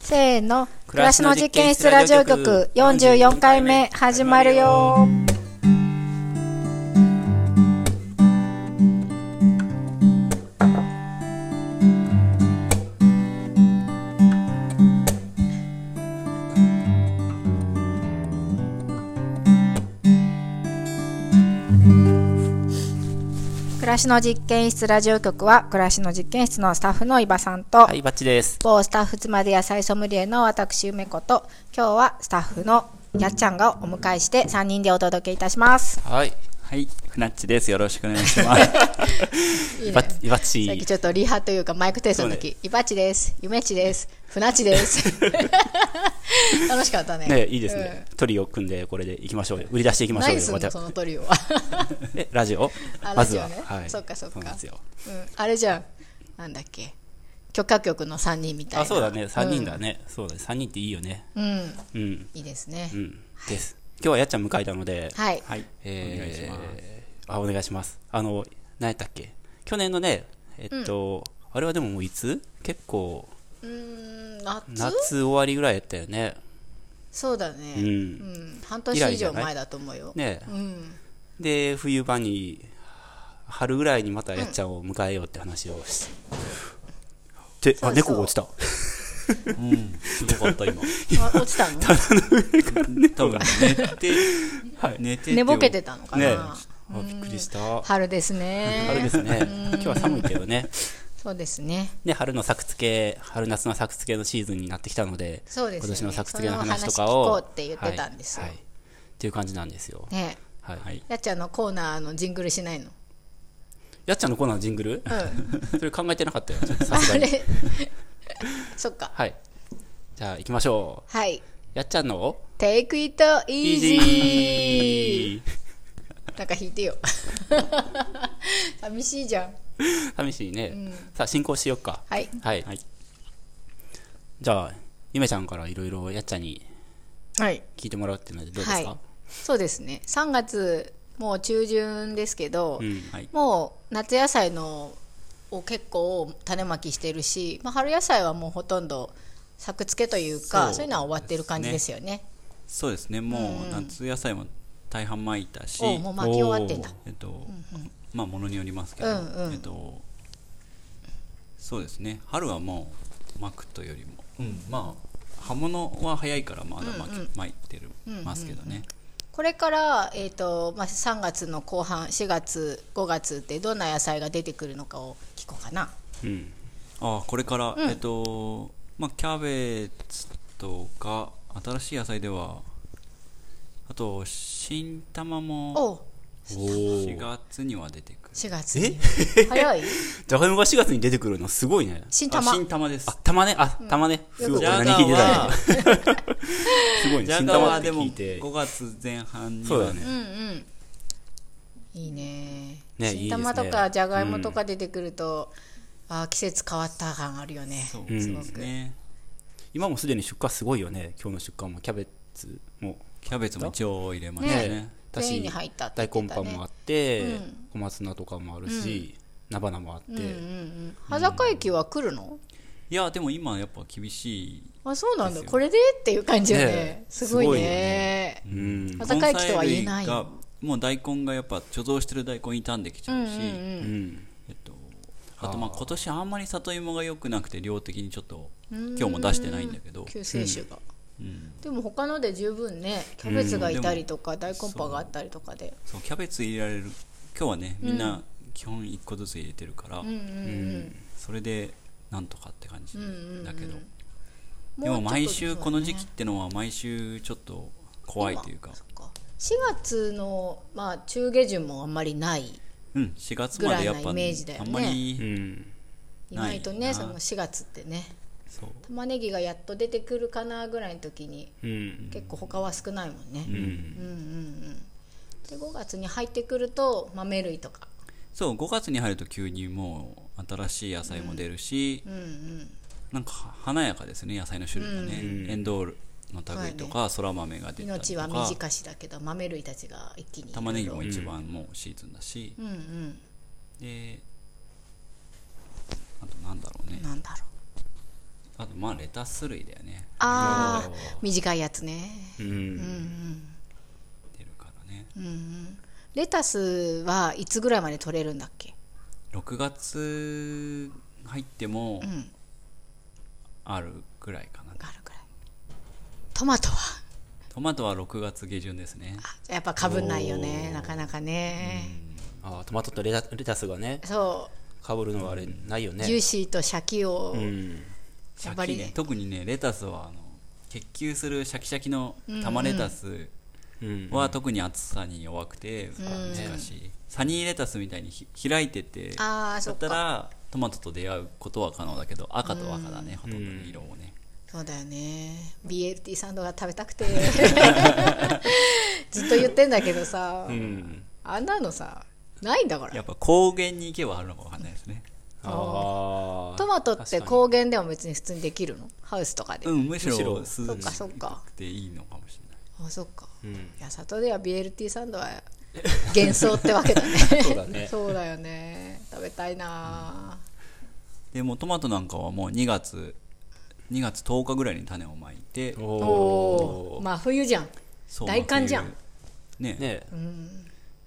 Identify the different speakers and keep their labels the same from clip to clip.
Speaker 1: せーの、暮らしの実験室ラジオ局44回目始まるよ。暮らしの実験室ラジオ局は、暮らしの実験室のスタッフの伊庭さんと、
Speaker 2: はい、バッチです。
Speaker 1: 某スタッフ妻で野菜ソムリエの私梅子と今日はスタッフのやっちゃんがお迎えして3人でお届けいたします
Speaker 2: はい。
Speaker 3: はい、ふなっちです。よろしくお願いします。
Speaker 1: いいね
Speaker 2: いばいば
Speaker 1: さっき
Speaker 2: ち。
Speaker 1: ちょっとリハというかマイクテストの
Speaker 2: そう
Speaker 1: 時「いばちです」「ゆめちです」「ふなち です」楽しかったね
Speaker 2: ね、いいですね。トリを組んで、これで行きましょうよ。売り出していき
Speaker 1: うん
Speaker 2: ましょう
Speaker 1: 何
Speaker 2: よ。
Speaker 1: すんの
Speaker 2: ま
Speaker 1: そ
Speaker 2: た
Speaker 1: のトリオは、
Speaker 2: え、ラジオ
Speaker 1: あ
Speaker 2: まずは。
Speaker 1: ラジオね
Speaker 2: はい。
Speaker 1: そっかそっか
Speaker 2: うなんですよ。
Speaker 1: うん、あれじゃんなんだっけ許可局の3人みたいな
Speaker 2: あ、そうだね。3人だね。そうだね。3人っていいよね。
Speaker 1: うん、うん
Speaker 2: うん。
Speaker 1: いいですね、
Speaker 2: うん。です。今日はやっちゃん迎えたので。
Speaker 1: はい
Speaker 3: はい、
Speaker 2: えー
Speaker 3: お願いします。
Speaker 2: あ、お願いします。あの、何やったっけ去年のね、えっと、あれはでももういつ結構、
Speaker 1: うーん夏
Speaker 2: 夏終わりぐらいやったよね。
Speaker 1: そうだね、
Speaker 2: うん
Speaker 1: うん半年以上前だと思うよ、
Speaker 2: ね
Speaker 1: うん
Speaker 2: で冬場に春ぐらいにまたやっちゃんを迎えようって話をして、で
Speaker 1: そうそう
Speaker 2: あ猫が落ちた
Speaker 3: うん、すごかっ た、今。
Speaker 1: あ落ちたの
Speaker 3: 多分寝て、寝て
Speaker 1: 寝ぼけてたのかな、
Speaker 2: ねあびっくりした
Speaker 1: 春ですね
Speaker 2: 春ですね今日は寒いけどね
Speaker 1: そうですね
Speaker 2: で春の作付け春夏の作付けのシーズンになってきたので
Speaker 1: そうですよね
Speaker 2: 今年の作付けの話とかを
Speaker 1: その話聞こうって言ってたんですよ
Speaker 2: はいはいっていう感じなんですよ、
Speaker 1: ね
Speaker 2: はい
Speaker 1: やっちゃんのコーナーのジングルしないの
Speaker 2: やっちゃんのコーナーのジングル
Speaker 1: う ん
Speaker 2: それ考えてなかったよさす
Speaker 1: あ
Speaker 2: がに
Speaker 1: れそっか
Speaker 2: はいじゃあ行きましょう
Speaker 1: はい
Speaker 2: やっちゃんの
Speaker 1: Take it
Speaker 2: ー
Speaker 1: easy なんか弾いてよ 寂しいじゃん
Speaker 2: 寂しいね、さあ進行しよっか
Speaker 1: はい
Speaker 2: はい、じゃあゆめちゃんからいろいろやっちゃんに
Speaker 1: はい
Speaker 2: 聞いてもらうっていうのでどうですか、
Speaker 1: はいそうですね3月もう中旬ですけど、
Speaker 2: うん
Speaker 3: はい。
Speaker 1: もう夏野菜のを結構種まきしてるし、まあ、春野菜はもうほとんど作付けというかそ
Speaker 3: そう
Speaker 1: ういうのは終わってる感じですよね
Speaker 3: そうですね、もう夏野菜も大半まいたし。
Speaker 1: おうもう巻き終わってんだ
Speaker 3: おうえっと、まあ、ものによりますけ
Speaker 1: う
Speaker 3: ど
Speaker 1: んうん、
Speaker 3: えっと。そうですね、春はもう、巻くというよりも、うん、まあ。葉物は早いから、まだ巻き、巻いてる、ますけどね。
Speaker 1: これから、えーとまあ、3月の後半4月5月ってどんな野菜が出てくるのかを聞こうかな
Speaker 2: うん
Speaker 3: ああこれから、えっとまあキャベツとか新しい野菜ではあと新玉も
Speaker 1: おう
Speaker 2: お
Speaker 3: 4
Speaker 2: ー
Speaker 3: 月には出てくる
Speaker 1: 4月
Speaker 2: え
Speaker 1: 早い
Speaker 2: じゃがいもが4月に出てくるのすごいね
Speaker 1: 新
Speaker 3: あ
Speaker 1: 玉
Speaker 3: 新玉です
Speaker 2: あ玉ねあ玉ね、すごい
Speaker 3: ジャ
Speaker 2: 俺
Speaker 3: ガ
Speaker 2: 何聞いてたんや
Speaker 3: は
Speaker 2: すごい
Speaker 3: ジ
Speaker 2: ね
Speaker 3: ャ
Speaker 2: 新
Speaker 3: ガ
Speaker 2: 玉
Speaker 3: は
Speaker 2: って
Speaker 3: でも
Speaker 2: 聞いて
Speaker 3: 5月前半に
Speaker 2: そう
Speaker 3: は
Speaker 2: だ
Speaker 3: ね
Speaker 2: ね
Speaker 1: うんうんいいね
Speaker 2: ねい
Speaker 1: 新
Speaker 2: いですね
Speaker 1: 玉とかじゃがいもとか出てくると、あー季節変わった感あるよね
Speaker 3: そう
Speaker 2: うん
Speaker 3: です
Speaker 1: ごく、
Speaker 3: ね
Speaker 2: 今もすでに出荷すごいよね今日の出荷もキャベツも
Speaker 3: キャベツも一応入れましたね
Speaker 2: ねだ
Speaker 1: 全
Speaker 2: し
Speaker 1: 員に入ったって
Speaker 2: 大
Speaker 1: 言ってた
Speaker 2: 根
Speaker 1: ね
Speaker 2: パンもあって、
Speaker 1: うん
Speaker 2: 小松菜とかもあるし、菜花もあって、
Speaker 1: うんうんうん、裸駅は来るの、
Speaker 3: いやでも今やっぱ厳しい
Speaker 1: あそうなん
Speaker 3: で
Speaker 1: だ
Speaker 3: すよ
Speaker 1: これでっていう感じよね
Speaker 2: ね
Speaker 1: すごい
Speaker 2: す
Speaker 1: ね
Speaker 2: ごいよねうん
Speaker 1: まあ高い木とは言えない
Speaker 3: 根菜類がもう大根がやっぱ貯蔵してる大根傷んできちゃうし、
Speaker 2: うん
Speaker 3: えっと、あとまあ今年あんまり里芋が良くなくて量的にちょっと今日も出してないんだけど、
Speaker 1: 救世主が、
Speaker 3: うん、
Speaker 1: でも他ので十分ねキャベツがいたりとか、大根パンがあったりとかで
Speaker 3: そうキャベツ入れられる今日はねみんな基本1個ずつ入れてるから、
Speaker 1: うんうん
Speaker 3: それでなんとかって感じだけど、
Speaker 1: うん
Speaker 3: でも毎週この時期っ
Speaker 1: 期
Speaker 3: てのは毎週ちょっと怖いというか、
Speaker 1: 4月の、まあ、中下旬もあんまりない
Speaker 3: うん、4月までやっぱ、
Speaker 1: ぐらいなイメージだよ
Speaker 3: あ
Speaker 1: ね
Speaker 3: んまり、
Speaker 2: うん
Speaker 1: 意外と
Speaker 3: な
Speaker 1: ね
Speaker 3: い
Speaker 1: その4月ってね
Speaker 3: そう
Speaker 1: 玉ねぎがやっと出てくるかなぐらいの時に
Speaker 2: うん
Speaker 1: 結構他は少ないもんね、
Speaker 2: うん
Speaker 1: うんうんうんで5月に入ってくると豆類とか
Speaker 3: そう5月に入ると急にもう新しい野菜も出るし、
Speaker 1: うんうん
Speaker 3: なんか華やかですね野菜の種類がね、エンドウの類とか、そら豆が出たり
Speaker 1: 命
Speaker 3: と
Speaker 1: は
Speaker 3: か
Speaker 1: 短しだけど豆類たちが一気に
Speaker 3: 玉ねぎも一番もうシーズンだし、
Speaker 1: うんうん
Speaker 3: であとなんだろうね
Speaker 1: なんだろ
Speaker 3: あとまあレタス類だよね
Speaker 1: ああ
Speaker 3: おー
Speaker 1: 短いやつね
Speaker 2: うん、
Speaker 3: 出るからね、
Speaker 1: レタスはいつぐらいまで取れるんだっけ
Speaker 3: 6月入っても
Speaker 1: ん
Speaker 3: あるぐらいかな、
Speaker 1: あるぐらいトマトは
Speaker 3: トマトは6月下旬ですね
Speaker 1: あやっぱかぶんないよね
Speaker 2: おー
Speaker 1: なかなかね、
Speaker 2: あートマトとレタレタスがね
Speaker 1: そ
Speaker 2: かぶるのはあれないよ
Speaker 1: う、
Speaker 2: ね
Speaker 1: ジューシーとシャキを、
Speaker 2: うん
Speaker 3: シ
Speaker 1: やっ
Speaker 3: ャ
Speaker 1: ぱ
Speaker 3: キ
Speaker 1: り
Speaker 3: ね
Speaker 1: ね
Speaker 3: 特にねレタスはあの結球するシャキシャキの玉レタス
Speaker 2: うん
Speaker 3: は特に暑さに弱くて難しい、サニーレタスみたいにひ開いてて
Speaker 1: ああそ
Speaker 3: だっ
Speaker 1: ったから
Speaker 3: トマトと出会うことは可能だけど赤と赤だね、ほとんどの色をね
Speaker 1: そうだよね BLT サンドが食べたく てずっと言ってんだけどさ、
Speaker 2: うん
Speaker 1: あんなのさないんだから
Speaker 3: やっぱ高原に行けばあるのかわかんないですね
Speaker 2: ああ
Speaker 1: トマトって高原でも別に普通にできるのハウスとかで、
Speaker 3: うんむしろ
Speaker 2: むしろ
Speaker 3: 涼し
Speaker 1: そっかそっか
Speaker 3: くていいのかもしれない
Speaker 1: あそっか、
Speaker 2: ん
Speaker 1: いや里では BLT サンドは幻想ってわけだね
Speaker 2: そうだね
Speaker 1: そうだよね食べたいな、
Speaker 3: でもうトマトなんかはもう2月2月10日ぐらいに種をまいて
Speaker 2: お
Speaker 1: おお
Speaker 2: お
Speaker 1: ー真冬じゃん
Speaker 3: そう
Speaker 1: 大寒じゃん
Speaker 3: まあ冬ね
Speaker 2: ね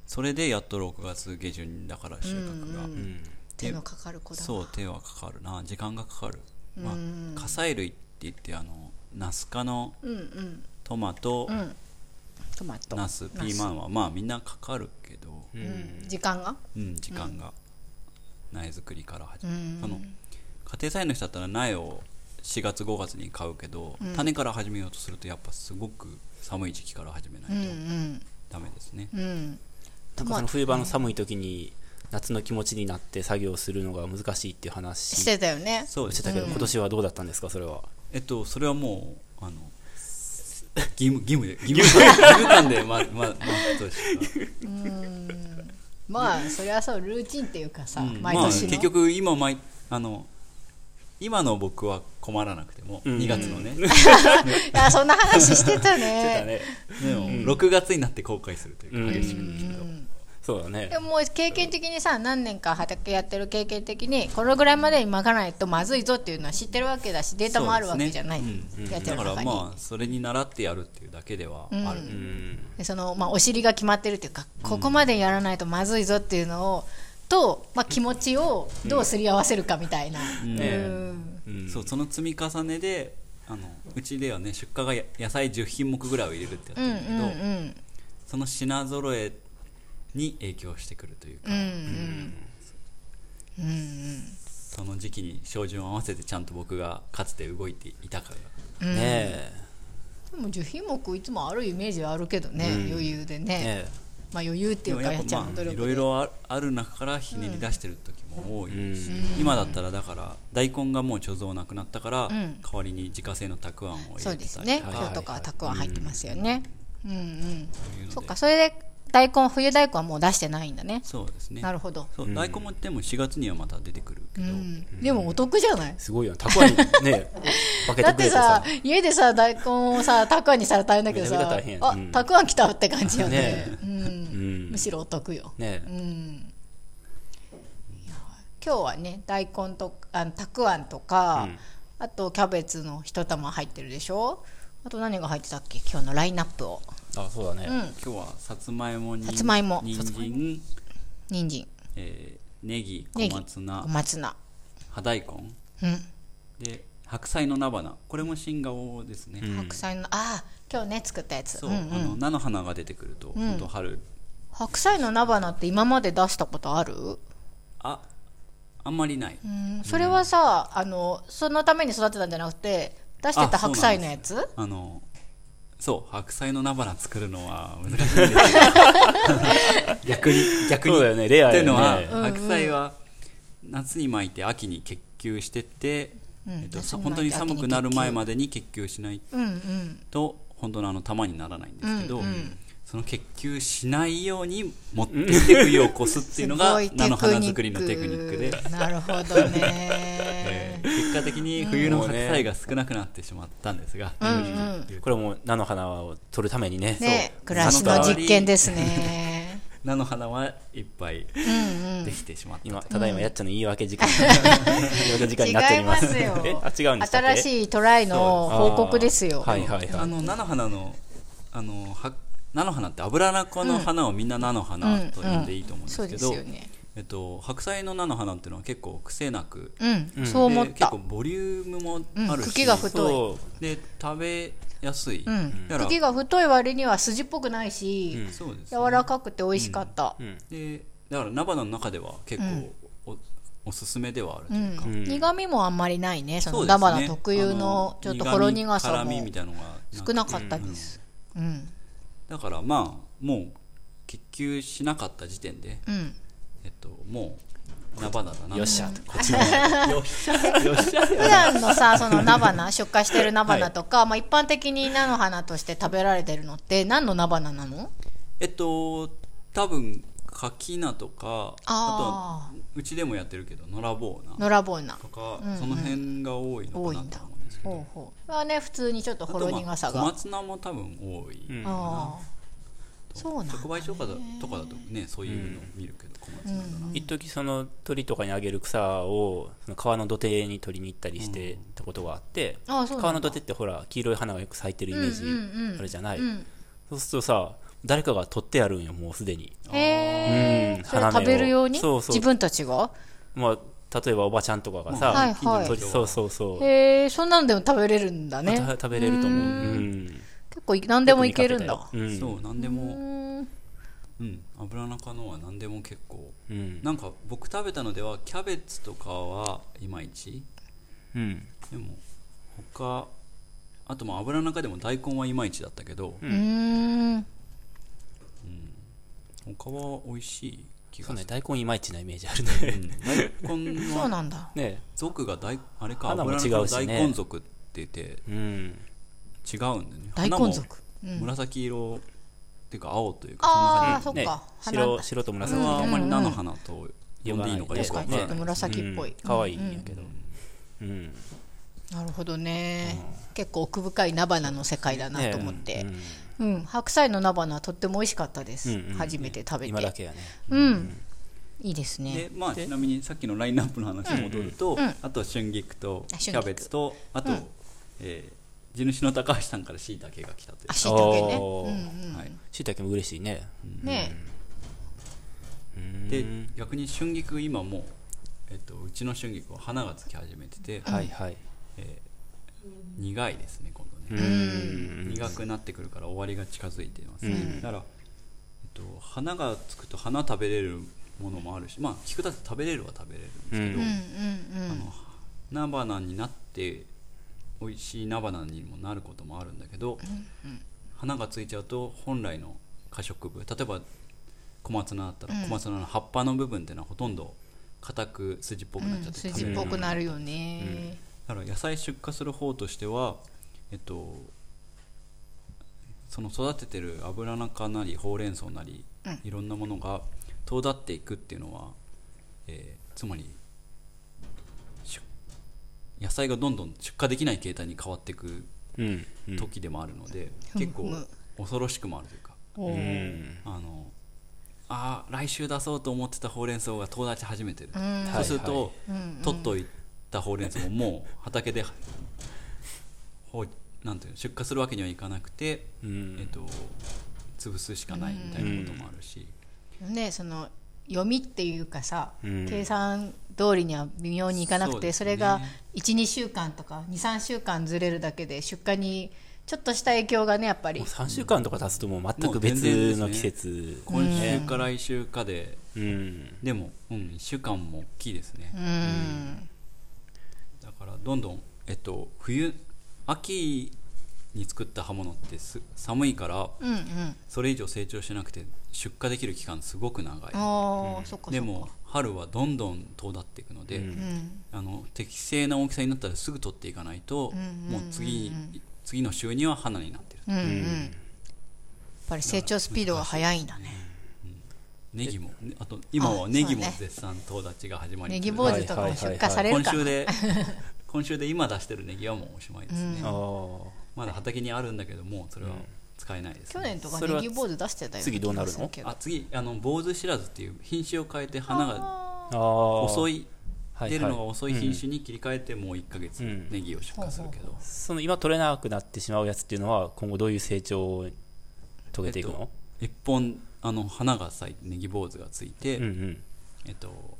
Speaker 3: それでやっと6月下旬だから収穫が、
Speaker 2: うん
Speaker 1: 手のかかる子だ
Speaker 3: そう手はかかるな時間がかかる、まあ、火砕類って言ってあのナス科の
Speaker 1: うんうん
Speaker 3: トマト、
Speaker 1: トマト
Speaker 3: ナスピーマンはまあみんなかかるけど、
Speaker 2: う
Speaker 1: うんん時間が
Speaker 3: うん、時間が苗作りから始まる、その家庭菜園の人だったら苗を4月5月に買うけど、種から始めようとするとやっぱすごく寒い時期から始めな
Speaker 1: う
Speaker 3: いと
Speaker 1: ん
Speaker 3: ダメですね、
Speaker 1: うんうん
Speaker 2: なんかその冬場の寒い時に夏の気持ちになって作業するのが難しいっていう話
Speaker 1: してたよね
Speaker 3: そうで
Speaker 2: し
Speaker 3: す
Speaker 2: てたけど、今年はどうだったんですかそれは
Speaker 3: えっとそれはもうあの義務義務で義務義務感でまままとし
Speaker 1: まあそれはそうルーチンっていうかさ、
Speaker 3: た、うん
Speaker 1: 毎年の、
Speaker 3: まあ、結局今毎あの今の僕は困らなくても、
Speaker 2: ん
Speaker 3: 2月のね、
Speaker 1: あそんな話して たね
Speaker 3: でも6月になって後悔するというか、
Speaker 2: うん
Speaker 3: 激しく聞くと
Speaker 2: そうだね
Speaker 1: でももう経験的にさ何年か畑やってる経験的にこのぐらいまでに巻かないとまずいぞっていうのは知ってるわけだしデータもあるわけじゃない、
Speaker 3: そうですねうん
Speaker 1: やって
Speaker 3: だ
Speaker 1: る
Speaker 3: から
Speaker 1: 中に、
Speaker 3: まあそれに習ってやるっていうだけではある、
Speaker 2: うん
Speaker 1: でそのまあ、お尻が決まってるっていうかここまでやらないとまずいぞっていうのをと、まあ、気持ちをどうすり合わせるかみたいな、
Speaker 3: うん
Speaker 2: ねえ
Speaker 3: うんそうその積み重ねであのうちではね出荷がや野菜10品目ぐらいを入れるってやって
Speaker 1: うんうんん
Speaker 3: るだけど、
Speaker 1: うん
Speaker 3: その品揃えに影響してくるというか、その時期に照準を合わせてちゃんと僕がかつて動いていたかが
Speaker 2: ねえ
Speaker 1: でも10品目いつもあるイメージはあるけどね、余裕でね
Speaker 2: ね
Speaker 1: まあ、余裕ってい
Speaker 3: で
Speaker 1: う
Speaker 3: も
Speaker 1: か
Speaker 3: や
Speaker 1: や
Speaker 3: っ
Speaker 1: っちゃ
Speaker 3: ぱ
Speaker 1: んの
Speaker 3: まあ
Speaker 1: 努
Speaker 3: い
Speaker 1: 力
Speaker 3: ろいろあある中からひねり出してる時も多いし、今だったらだから大根がもう貯蔵なくなったから、代わりに自家製のたくあんを入れてた
Speaker 1: そう
Speaker 3: り
Speaker 1: ですね、
Speaker 2: はい
Speaker 1: 今日とかはたくあん入ってますよね、うん、うん
Speaker 3: いうので
Speaker 1: そっかそれで大根冬大根はもう出してないんだね
Speaker 3: そうですね
Speaker 1: なるほど、
Speaker 3: そう大根もでも4月にはまた出てくるけど、
Speaker 1: うん、でもお得じゃない、
Speaker 2: すごいよねたくあんね 化け
Speaker 1: だ
Speaker 2: てくれて
Speaker 1: ってさ
Speaker 2: さ
Speaker 1: 家でさ大根をさたくあんにしたら大変だけど
Speaker 2: めちゃ
Speaker 1: さ
Speaker 2: めちゃ大変
Speaker 1: あ
Speaker 2: うん
Speaker 1: たくあん来たって感じよね
Speaker 2: ね
Speaker 1: う、
Speaker 2: うんん
Speaker 1: むしろお得よ
Speaker 2: ね
Speaker 1: 今日はね大根とあのたくあんとか、あとキャベツの一玉入ってるでしょあと何が入ってたっけ今日のラインナップを
Speaker 2: あそうだね
Speaker 3: 今日はさつまいもに
Speaker 1: さつまいも
Speaker 3: 人参、
Speaker 1: 人参
Speaker 3: えー、ネギ
Speaker 1: ネ
Speaker 3: 小
Speaker 1: ギ
Speaker 3: 松菜
Speaker 1: 小松菜
Speaker 3: 葉大根
Speaker 1: うん
Speaker 3: で白菜の菜花これも新顔ですね、
Speaker 1: 白菜のああ今日ね作ったやつ
Speaker 3: そう、
Speaker 1: うん
Speaker 3: あの菜の花が出てくると、本当春
Speaker 1: 白菜の菜花って今まで出したことある、
Speaker 3: ああんまりない、
Speaker 1: うんそれはさ、あのそのために育てたんじゃなくて出してた
Speaker 3: あそうな
Speaker 1: 白
Speaker 3: んです
Speaker 1: 菜のやつ
Speaker 3: あのそう白菜の菜花作るのは難しいんですよ逆に逆に
Speaker 2: そうだよねレア
Speaker 3: っ
Speaker 2: や
Speaker 3: て
Speaker 2: ね
Speaker 3: いうのは、白菜は夏に巻いて秋に結球してって、えっと、
Speaker 1: 夏
Speaker 3: さ
Speaker 1: に巻いて
Speaker 3: 本当に寒
Speaker 1: 秋に
Speaker 3: く
Speaker 1: 結球
Speaker 3: なる前までに結球しない
Speaker 1: うんうん
Speaker 3: と本当のあの玉にならないんですけど、その結球しないように持ってきて冬を越すっていうのが
Speaker 1: すごい
Speaker 3: 菜の花作りのテクニックで。
Speaker 1: なる ほどね、
Speaker 3: 結果的に冬の白菜が少なくなってしまったんですが、
Speaker 2: これも菜の花を取るためにね
Speaker 1: ね
Speaker 2: そう
Speaker 1: 暮らしの実験ですね
Speaker 3: 菜の花はいっぱいできてしまったと、
Speaker 2: 今ただいまやっちゃんの言い訳時 間、言い訳時間になっております
Speaker 1: 違います
Speaker 2: え
Speaker 1: よ
Speaker 2: あ違うんです
Speaker 1: 新しいトライの報告ですよ、
Speaker 2: はいはいはい
Speaker 3: あの菜の花のあのは菜の花って油らこの花をみんな菜の花と呼んでいいと思うんで
Speaker 1: そう
Speaker 3: すけ
Speaker 1: です
Speaker 3: ど、
Speaker 1: よね
Speaker 3: えっと、白菜の菜の花っていうのは結構癖なく
Speaker 1: うん、そう思っ
Speaker 3: で結
Speaker 1: た
Speaker 3: 構ボリュームも
Speaker 1: うん
Speaker 3: あるし、
Speaker 1: 茎が太い
Speaker 2: そ
Speaker 3: で食べやすい、
Speaker 1: うん
Speaker 3: だから
Speaker 1: 茎が太い割には筋っぽくないし、
Speaker 2: うん
Speaker 3: そうですね、
Speaker 1: 柔らかくて美味しかった、
Speaker 2: う、うん
Speaker 3: でだから菜花の中では結構お,、おすすめではあると
Speaker 1: う
Speaker 3: いうんか、
Speaker 2: ん
Speaker 1: 苦味もあんまりないねそ
Speaker 3: そ
Speaker 1: の
Speaker 3: うです
Speaker 1: ダ
Speaker 3: ね
Speaker 1: バナ特有の
Speaker 3: あ
Speaker 1: ちょっとほろ苦さ
Speaker 3: 苦み辛み
Speaker 1: も
Speaker 3: みたいなのがなく
Speaker 1: 少なかったですうん
Speaker 3: だからまあもう結球しなかった時点で、
Speaker 1: うん
Speaker 3: えっと、もう菜花だな
Speaker 2: よっしゃ
Speaker 3: こっちもよっしゃよっしゃ
Speaker 1: 普段のさその菜花出荷してる菜花とか、まあ、一般的に菜の花として食べられてるのって何の菜花なの
Speaker 3: えっと多分柿菜とかあ
Speaker 1: あ
Speaker 3: とうちでもやってるけど野良坊
Speaker 1: あ
Speaker 3: 菜
Speaker 1: 野良ボーナ
Speaker 3: とか、その辺が多いの
Speaker 1: 多
Speaker 3: か
Speaker 1: い
Speaker 3: なん
Speaker 1: だ
Speaker 3: と思うんですけど
Speaker 1: ほうほうそれはね普通にちょっとほろ苦さ
Speaker 3: あと
Speaker 1: が、
Speaker 3: まあ
Speaker 1: あ
Speaker 3: 小松菜も多分多い、
Speaker 2: うん
Speaker 1: あそうなんだ
Speaker 3: 直売所とかだとかだとねそういうの見るけど小松菜だな、
Speaker 2: 一時その鳥とかにあげる草をその川の土手に取りに行ったりしてたことがあって、
Speaker 1: ああそうなんだ
Speaker 2: 川の土手ってほら黄色い花がよく咲いてるイメ
Speaker 1: うんうんう
Speaker 2: ー
Speaker 1: ん
Speaker 2: ジあるじゃない、
Speaker 1: うん
Speaker 2: そうするとさ誰かが取ってあるんよもうすでに、
Speaker 1: へえ、
Speaker 2: うん
Speaker 1: それ食べるように
Speaker 2: そうそう
Speaker 1: 自分たちが
Speaker 2: まあ、例えばおばちゃんとかがさ、
Speaker 1: はいはい
Speaker 2: 取りそうそうそう、
Speaker 1: へえそんなのでも食べれるんだね
Speaker 2: た食べれると思う、うん、
Speaker 1: 結構い何でもいけるんだ
Speaker 2: う
Speaker 3: そ
Speaker 2: ん
Speaker 3: う何でも
Speaker 1: うん
Speaker 3: うん油中のは何でも結構
Speaker 2: うん
Speaker 3: なんか僕食べたのではキャベツとかはいまいち
Speaker 2: うん
Speaker 3: でも他あとまあ油中でも大根はいまいちだったけど、
Speaker 1: うん
Speaker 3: 他は美味しい気
Speaker 2: そう
Speaker 3: がす
Speaker 2: ね
Speaker 3: る、
Speaker 2: 大根いまいちなイメージあるね
Speaker 3: 大根
Speaker 1: そう
Speaker 3: は
Speaker 1: なんだ
Speaker 2: ね
Speaker 3: 族が大あれか
Speaker 2: 花も
Speaker 3: 油
Speaker 2: 違うしね
Speaker 3: 中大根族って言って
Speaker 2: うん
Speaker 3: 違うんだよね
Speaker 1: 大
Speaker 3: 花
Speaker 1: 根
Speaker 3: も
Speaker 1: 族
Speaker 3: 紫色っていうか青というかそんな感じ
Speaker 1: ああそっ
Speaker 2: ね
Speaker 1: か花
Speaker 2: 白白と
Speaker 3: あれ
Speaker 2: 紫
Speaker 3: はあ
Speaker 2: が
Speaker 3: んまり菜の花と呼んでいいのかよ
Speaker 1: 確かに
Speaker 3: くわ
Speaker 1: ちょ
Speaker 3: か
Speaker 1: っ
Speaker 3: ん
Speaker 1: と
Speaker 3: ない
Speaker 1: 紫っぽい、
Speaker 2: 可愛いんやけどうん
Speaker 1: なるほどね、結構奥深い菜花の世界だなと思って、
Speaker 2: ね
Speaker 1: うん白菜の菜花はとっても美味しかったです、
Speaker 2: うんうんうん
Speaker 1: 初めて食べて
Speaker 2: 今だけやね
Speaker 1: うんいいですね
Speaker 3: でまあ、ちなみにさっきのラインナップの話に戻ると、あと春菊と
Speaker 1: あ春
Speaker 3: キ
Speaker 1: 菊
Speaker 3: ャベツとあと、えー地主の高橋さんからしいたけが来たという
Speaker 1: あ、しいたけね
Speaker 2: おー
Speaker 3: はい、
Speaker 2: しいたけも嬉しいね
Speaker 1: ね
Speaker 2: うん
Speaker 3: で逆に春菊今もう、えっと、うちの春菊は花がつき始めてて、
Speaker 2: はいはい
Speaker 3: 苦いですね今度
Speaker 2: う
Speaker 3: ね、
Speaker 2: ん
Speaker 3: 苦くなってくるから終わりが近づいていますね、だから、えっと、花がつくと花食べれるものもあるしまあ菊だって食べれるは食べれるんですけど、あの菜花になって美味しい菜花にもなることもあるんだけど、花がついちゃうと本来の可食部例えば小松菜だったら小松菜の葉っぱの部分っていうのはほとんど硬く筋っぽくなっちゃって食べ
Speaker 1: 筋
Speaker 3: れ
Speaker 1: っ
Speaker 3: ない
Speaker 1: ぽくなるよね、
Speaker 3: だから野菜出荷する方としては、えっと、その育ててる油中なりほうれん草なり、いろんなものが遠立っていくっていうのは、えーつまり出野菜がどんどん出荷できない形態に変わっていく
Speaker 2: うんうん
Speaker 3: 時でもあるので、結構恐ろしくもあるというか、
Speaker 1: おー
Speaker 3: あのあー来週出そうと思ってたほうれん草が遠立ち始めてる、
Speaker 2: い
Speaker 3: そうすると、
Speaker 2: は
Speaker 3: 取っといたほうれん草ももう畑でほうなんていうの出荷するわけにはいかなくて、
Speaker 2: うん
Speaker 3: えっと、潰すしかないみたいなこともあるし、
Speaker 1: ねその読みっていうかさ、
Speaker 2: ん
Speaker 1: 計算通りには微妙にいかなくてそ,、
Speaker 3: そう
Speaker 1: れ
Speaker 3: ですね
Speaker 1: が12週間とか23週間ずれるだけで出荷にちょっとした影響がねやっぱり
Speaker 2: もう3週間とか経つともう全
Speaker 3: も
Speaker 2: く
Speaker 3: う全然
Speaker 2: 別の
Speaker 3: で
Speaker 2: 季
Speaker 3: すね
Speaker 2: 節
Speaker 3: 今週か来週かで、
Speaker 2: うん
Speaker 3: でも、うん、1週間も大きいですね、
Speaker 1: うん
Speaker 3: だからどんどん、えっと、冬秋に作った刃物ってす寒いから
Speaker 1: うんうん
Speaker 3: それ以上成長しなくて出荷できる期間すごく長い
Speaker 1: ああ、そっかそっか
Speaker 3: でも春はどんどん遠立っていくので、
Speaker 1: うん
Speaker 3: あの適正な大きさになったらすぐ取っていかないと、もう次次の週には花になってる、
Speaker 1: うんうん、やっぱり成長スピードが速いんだね
Speaker 3: ネギもねあと今はネギも
Speaker 1: そうね
Speaker 3: 絶賛遠立ちが始まり
Speaker 1: ネ
Speaker 3: つつ
Speaker 1: ギ坊主とかも出荷される
Speaker 3: 今
Speaker 1: から、
Speaker 3: 週で今週で今出してるネギはもうおしまいですね、
Speaker 2: ああ
Speaker 3: まだ畑にあるんだけどもそれは使えないです、
Speaker 1: 去年とか
Speaker 2: それは
Speaker 1: ネギ坊主出してたよ
Speaker 2: 次どうなるの
Speaker 1: 気がすけ
Speaker 3: あ次あの坊主知らずっていう品種を変えて花が
Speaker 2: ああ
Speaker 3: 遅
Speaker 2: い、
Speaker 3: い
Speaker 2: はい
Speaker 3: 出るのが遅い品
Speaker 2: うん
Speaker 3: 種に切り替えてもう1ヶ月
Speaker 2: うん
Speaker 3: ネギを出荷するけど、
Speaker 2: その今取れなくなってしまうやつっていうのは今後どういう成長を遂げていくの、
Speaker 3: 一本あの花が咲いてネギ坊主がついて、
Speaker 2: うんうん
Speaker 3: えっと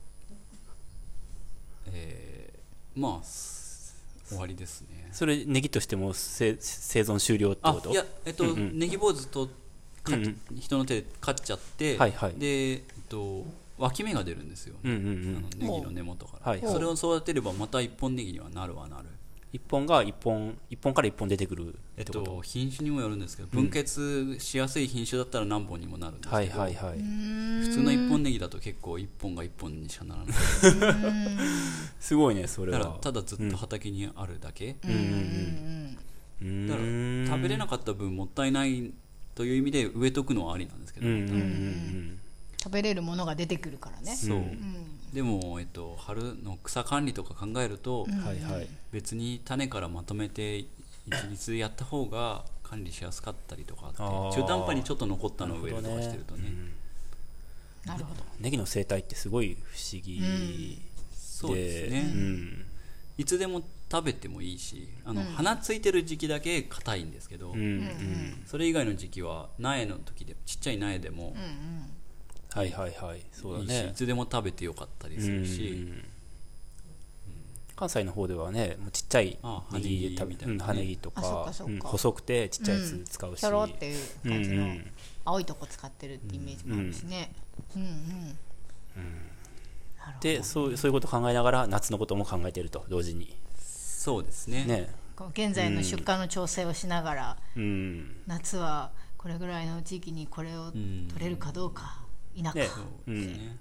Speaker 3: えーまあす終わりですね
Speaker 2: それネギとしても生生存終了って
Speaker 3: あ
Speaker 2: こと
Speaker 3: いやえっと、
Speaker 2: うんうん
Speaker 3: ネギ坊主とか
Speaker 2: うん
Speaker 3: 人の手で刈っちゃって、
Speaker 2: はいはい
Speaker 3: で、えっと、脇芽が出るんですよ、
Speaker 2: うんうんう
Speaker 3: あの
Speaker 2: ん
Speaker 3: ネギの根元から、
Speaker 2: はい
Speaker 3: それを育てればまた一本ネギにはなるはなる
Speaker 2: 一本が一本一本から一本出てくる
Speaker 3: え
Speaker 2: っ
Speaker 3: って
Speaker 2: こと、
Speaker 3: と、品種にもよるんですけど分割しやすい品種だったら何本にもなるんですけど、
Speaker 2: はいはいはい、
Speaker 3: 普通の一本ネギだと結構一本が一本にしかならない
Speaker 2: すごいねそれ
Speaker 3: だ
Speaker 2: は
Speaker 3: からただずっと畑にあるだけ、
Speaker 2: うんうんうん
Speaker 3: だから食べれなかった分もったいないという意味で植えとくのはありなんですけど、
Speaker 2: うんうんうんうん
Speaker 1: 食べれるものが出てくるからね
Speaker 3: そう、でも、えっと、春の草管理とか考えると、
Speaker 2: はいはい
Speaker 3: 別に種からまとめて一律でやった方が管理しやすかったりとかって
Speaker 2: あー
Speaker 3: 中途半端にちょっと残ったのを植えると
Speaker 2: なるほど
Speaker 3: か
Speaker 2: ね
Speaker 3: してるとね
Speaker 1: なるほど
Speaker 2: ネギの生態ってすごい不思議で、
Speaker 3: そうですね、
Speaker 2: うん
Speaker 3: いつでも食べてもいいしあの、花ついてる時期だけ硬いんですけど、
Speaker 2: うんうん
Speaker 3: それ以外の時期は苗の時でちっちゃい苗でも
Speaker 2: はいはいはいそうだ
Speaker 3: いいし、い
Speaker 2: ね
Speaker 3: つでも食べてよかったりするし、
Speaker 2: うん関西の方ではねもうちっちゃい
Speaker 3: あ
Speaker 2: ネギ食べ
Speaker 3: 葉ネギみたいな
Speaker 2: うん葉ネギと
Speaker 1: あそっ
Speaker 2: か
Speaker 1: かそっ
Speaker 2: う
Speaker 1: か
Speaker 2: ん細くてちっちゃいやつ使うし、
Speaker 1: ひょろっていう感じ
Speaker 2: う
Speaker 1: の
Speaker 2: ん
Speaker 1: 青いとこ使ってるってイメージもあるしねうんうんなるほ
Speaker 2: でそうそういうこと考えながら夏のことも考えてると同時に
Speaker 3: そうですね
Speaker 2: ね
Speaker 1: ど現在の出荷の調整をしながら
Speaker 2: うん
Speaker 1: 夏はこれぐらいの時期にこれを取れるかどうか否か
Speaker 2: ね
Speaker 3: そうですね、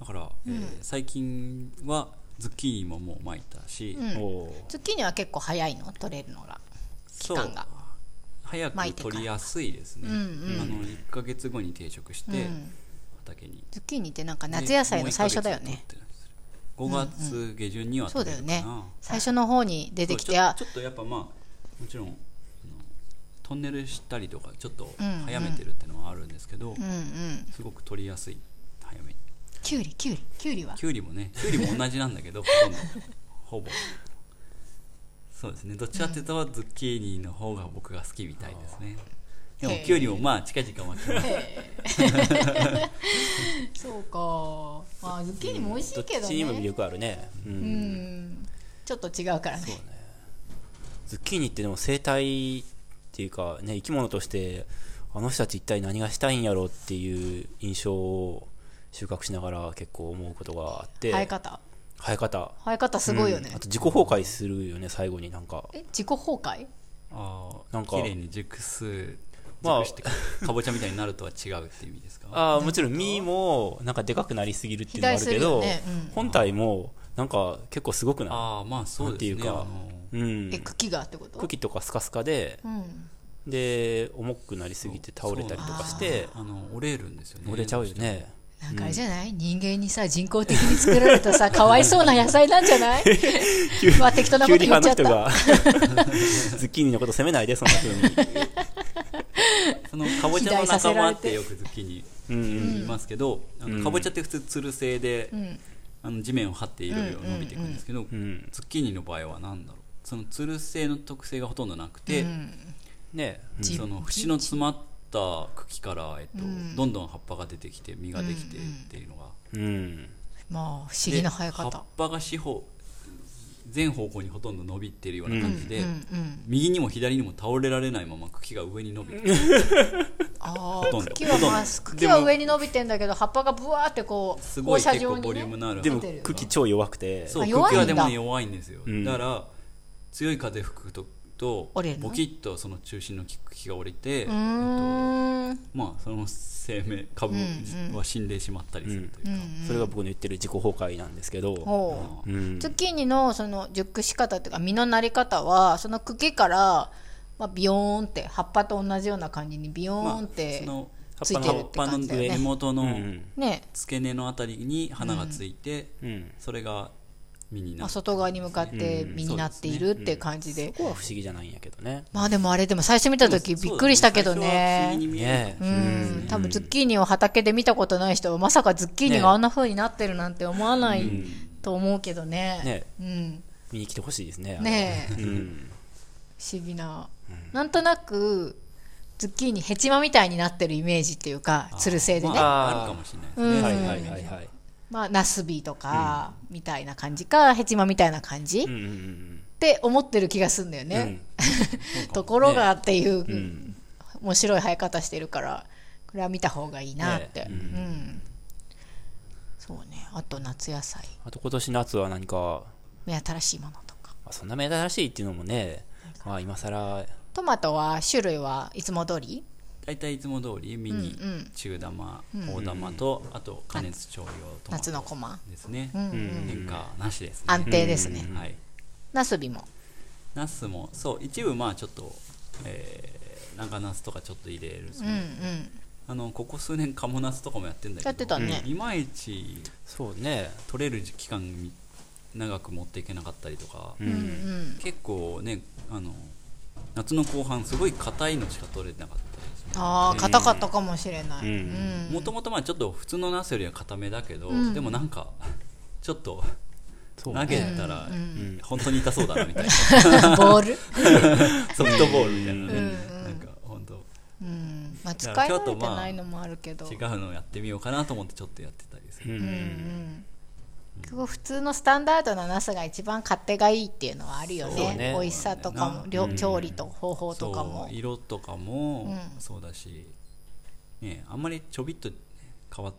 Speaker 3: だから、えー最近はズッキーニももう巻いたし、
Speaker 2: おー
Speaker 1: ズッキーニは結構早いの取れるのが
Speaker 3: そ
Speaker 1: 期間が
Speaker 3: 早
Speaker 1: 巻い
Speaker 3: く
Speaker 1: てから
Speaker 3: 取りやすいですね、あの1か月後に定食して、畑に
Speaker 1: ズッキーニってなんか夏野菜の最初だよね
Speaker 3: 5月下旬には
Speaker 1: そう
Speaker 3: 取
Speaker 1: だ
Speaker 3: れ
Speaker 1: よ
Speaker 3: るかな、
Speaker 1: ね最初の方に出てきて
Speaker 3: そう
Speaker 1: あ
Speaker 3: ちょちょっとやっぱまあもちろんあのトンネルしたりとかちょっと早めてるっていうのはあるんですけ
Speaker 1: う
Speaker 3: ど、
Speaker 1: んうん
Speaker 3: すごく取りやすい早めに
Speaker 1: きゅうりきゅうりきゅうりは
Speaker 3: きゅうりもねきゅうりも同じなんだ けどほとんどほぼそうですねどっちかっていうとズッキーニの方が僕が好きみたいですねでも
Speaker 1: へえ
Speaker 3: きゅうりもまあ近々は来ます
Speaker 1: そうかまあズッキーニも美味し
Speaker 2: ど
Speaker 1: い
Speaker 2: っ
Speaker 1: けど
Speaker 2: ちにも魅
Speaker 1: ね
Speaker 2: 力あるね、うん
Speaker 1: うんちょっと違うからね
Speaker 2: ズッキーニってでも生態っていうかね生き物としてあの人たち一体何がしたいんやろうっていう印象を収穫しながら結構思うことがあって
Speaker 1: 生え方
Speaker 2: 生え方
Speaker 1: 生え方すごいよね
Speaker 2: うんあと自己崩壊するよね最後になんか
Speaker 1: え自己崩壊
Speaker 3: ああ
Speaker 2: なんか
Speaker 3: 綺麗に熟す
Speaker 2: まあ
Speaker 3: 熟してか,、ぼちゃみたいになるとは違うって意味ですか
Speaker 2: ああもちろん実もなんかでかくなりすぎるっていうのはあるけ
Speaker 1: 肥
Speaker 2: ど、
Speaker 1: 大するよねうん
Speaker 2: 本体もなんか結構すごくな
Speaker 3: ああまあそう
Speaker 2: な
Speaker 3: です
Speaker 2: ん
Speaker 3: ね
Speaker 2: ていう
Speaker 3: あ
Speaker 2: かい、
Speaker 3: の
Speaker 2: うん
Speaker 1: え、茎がってこと
Speaker 2: 茎とかスカスカで
Speaker 1: うん
Speaker 2: で重くなりすぎて倒れたりとかして
Speaker 3: あの折れるんですよね
Speaker 2: 折れちゃうよね
Speaker 1: なんかあれじゃない人間にさ人工的に作られたさかわいそうな野菜なんじゃないまあ適当なこ
Speaker 2: キュ
Speaker 1: と
Speaker 2: ウリ
Speaker 1: 言っち
Speaker 2: 派
Speaker 1: ゃ
Speaker 2: の
Speaker 1: った
Speaker 2: 人が ズッキーニのこと責めないでそんな風に
Speaker 3: そのかぼちゃの仲間ってよくズッキーニ
Speaker 2: うんうん
Speaker 3: 言いますけど、あのかぼちゃって普通つる性で、
Speaker 1: ん
Speaker 3: あの地面を張っていろいろ伸びていくんですけど、
Speaker 2: ん
Speaker 3: ズッキーニの場合は何だろうそのつる性の特性がほとんどなくて、
Speaker 2: ね
Speaker 1: じ
Speaker 3: その節の詰まった茎から、えっとどんどん葉っぱが出てきて実ができてっていうのが、
Speaker 2: うん
Speaker 1: まあ不思
Speaker 3: で
Speaker 1: 議な生え
Speaker 3: 葉
Speaker 1: 方
Speaker 3: っぱが四方全方向にほとんど伸びてるような感じで、
Speaker 1: うん
Speaker 3: 右にも左にも倒れられないまま茎が上に伸びて
Speaker 1: ああ茎はまあ
Speaker 3: とんどほとんど
Speaker 1: 茎は上に伸びてんだけど葉っぱがぶわーってこ
Speaker 3: す
Speaker 1: う
Speaker 3: ご
Speaker 1: 放
Speaker 3: い
Speaker 1: 射
Speaker 3: 結構
Speaker 1: 状に
Speaker 3: ボリューム
Speaker 1: ね
Speaker 3: のある
Speaker 2: で
Speaker 3: 葉
Speaker 2: も
Speaker 3: っぱ
Speaker 1: 出てる
Speaker 2: 茎超弱くて
Speaker 3: そう
Speaker 1: あ
Speaker 3: 茎
Speaker 1: 弱いんだ
Speaker 3: はでもね弱いんですよ、
Speaker 2: ん
Speaker 3: だから強い風吹くとと
Speaker 1: 折れるの
Speaker 3: ボキッとその中心の茎が折れて、
Speaker 1: うーん
Speaker 3: まあその生命株は死んでしまったりするというか、
Speaker 2: それが僕の言ってる自己崩壊なんですけど、
Speaker 1: ほう
Speaker 2: うん
Speaker 1: ズッキーニのその熟し方というか実のなり方はその茎から、まあ、ビヨーンって葉っぱと同じような感じにビヨーンって、
Speaker 3: その
Speaker 1: ついて
Speaker 3: 葉
Speaker 1: るっ
Speaker 3: ってぱの
Speaker 1: 感じだよね
Speaker 3: 根元の
Speaker 2: ん
Speaker 1: ね
Speaker 3: 付け根のあたりに花がついて、
Speaker 2: うん
Speaker 3: それが身に
Speaker 1: ま
Speaker 3: な
Speaker 1: あ、
Speaker 3: って
Speaker 1: 外側に向かって
Speaker 2: うん
Speaker 1: 身になっているって感じで,、
Speaker 2: そこは不思議じゃないんやけどね
Speaker 1: まあでもあれでも最初見た時びっくりしたけど
Speaker 3: そうだね最初は不思
Speaker 1: ね
Speaker 3: 議に見え
Speaker 2: ね
Speaker 3: る
Speaker 2: え
Speaker 1: うん多分ズッキーニを畑で見たことない人はまさかズッキーニがあんな風になってるなんて思わないと思うけどね
Speaker 2: ね
Speaker 1: うん
Speaker 2: 見に来てほしいですね
Speaker 1: ねえ
Speaker 2: え、うん、
Speaker 1: 不思議な、なんとなくズッキーニヘチマみたいになってるイメージっていうかつる性でね、
Speaker 3: まあ、あるかもしれないですね、
Speaker 1: うん
Speaker 2: はいはいはいはい
Speaker 1: まあ、ナスビとかみたいな感じか、ヘチマみたいな感じ、
Speaker 2: う
Speaker 1: っ
Speaker 2: んうんうん
Speaker 1: て思ってる気がするんだよ
Speaker 2: うんう
Speaker 1: ね
Speaker 2: ん、
Speaker 1: ところがっていう、
Speaker 2: ん
Speaker 1: 面白い生え方してるからこれは見た方がいいなって、
Speaker 2: ね
Speaker 1: うんそうねあと夏野菜
Speaker 2: あと今年夏は何か
Speaker 1: 目新しいものとか
Speaker 2: まあそんな目新しいっていうのもねまあ今更
Speaker 1: トマトは種類はいつも通り
Speaker 3: 大体いつも通りミニ、中玉大玉と、あと加熱調理用トマ
Speaker 1: 夏
Speaker 3: ト
Speaker 1: のコマ
Speaker 3: ですね、
Speaker 2: ん
Speaker 3: 変化なしですね
Speaker 1: 安定ですね、
Speaker 3: はい
Speaker 1: ナスビも
Speaker 3: ナスもそう一部まあちょっと、えー、長ナスとかちょっと入れるんですけ
Speaker 1: う
Speaker 3: ど
Speaker 1: んうん
Speaker 3: あのここ数年カモナスとかもやってんだけど
Speaker 1: やってたね
Speaker 3: いまいち
Speaker 2: そうね
Speaker 3: 取れる期間み長く持っていけなかったりとか、
Speaker 2: うん
Speaker 1: うん
Speaker 3: 結構ねあの夏の後半すごい硬いのしか取れてなかったりします
Speaker 1: ああ硬かったかもしれない、
Speaker 2: うん
Speaker 3: もともとまあちょっと普通のナスよりは硬めだけど、でもなんか ちょっと
Speaker 2: そ
Speaker 3: 投
Speaker 2: うね
Speaker 3: げたら
Speaker 2: ん
Speaker 3: 本当に痛そうだなみたい な
Speaker 1: ボール、
Speaker 3: ソフトボールみたいなね、なんか本当
Speaker 1: うんまあ、使
Speaker 3: だ
Speaker 1: い
Speaker 3: から
Speaker 1: 慣
Speaker 3: 京都
Speaker 1: れてないのもあるけど、
Speaker 3: 違うのをやってみようかなと思ってちょっとやってたりす
Speaker 2: う
Speaker 3: る、
Speaker 2: ん
Speaker 1: 結構普通のスタンダードなナスが一番勝手がいいっていうのはあるよ
Speaker 2: そう
Speaker 1: ね
Speaker 2: ね
Speaker 1: 美味しさとかも
Speaker 3: うん
Speaker 1: 料調理と方法とか
Speaker 3: そ
Speaker 1: も
Speaker 3: う色とかもそうだし、ね、あんまりちょびっと変わ,、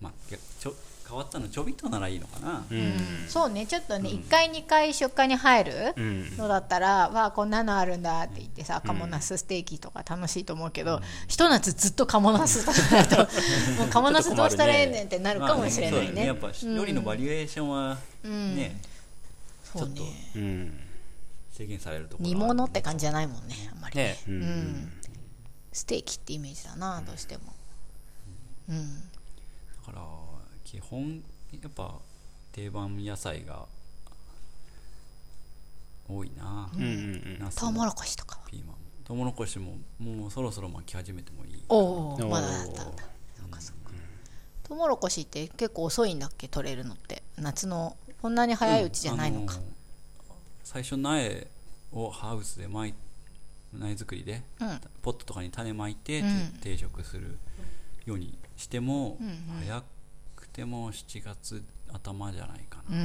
Speaker 3: まあ、いやちょ変わったのちょびっとならいいのかな、
Speaker 1: そうねちょっとね、1回2回出荷に入る
Speaker 2: うん
Speaker 1: のだったら、わあこんなのあるんだって言ってさ鴨ナスステーキとか楽しいと思うけど、ひと夏ずっと鴨ナス食べ ないともう鴨ナスどうしたらええねんってなるかもしれない
Speaker 3: ま
Speaker 1: ね,、
Speaker 3: あそうだよやっぱ料理のバリエーションはね、
Speaker 1: そうね
Speaker 3: ちょっ
Speaker 2: うん
Speaker 3: 制限されるところ
Speaker 1: 煮
Speaker 3: は
Speaker 1: 物って感じじゃないもんねあんまりね
Speaker 2: ねうん
Speaker 1: ステーキってイメージだなどうしても
Speaker 3: だから基本やっぱ定番野菜が多いな、
Speaker 2: うんうん
Speaker 3: ナス
Speaker 1: トウモロコシとかは
Speaker 3: ピーマンもトウモロコシももうそろそろ巻き始めてもいい
Speaker 1: お
Speaker 2: う
Speaker 1: お
Speaker 2: ん
Speaker 1: まだだったんだそうかそうかトウモロコシって結構遅いんだっけ取れるのって夏のこんなに早いうちじゃないのか
Speaker 3: あ、最初苗をハウスでまい苗作りで、
Speaker 1: うん
Speaker 3: ポットとかに種まいて、
Speaker 1: うん
Speaker 3: て定食するようにしても、早くても7月頭じゃないかな、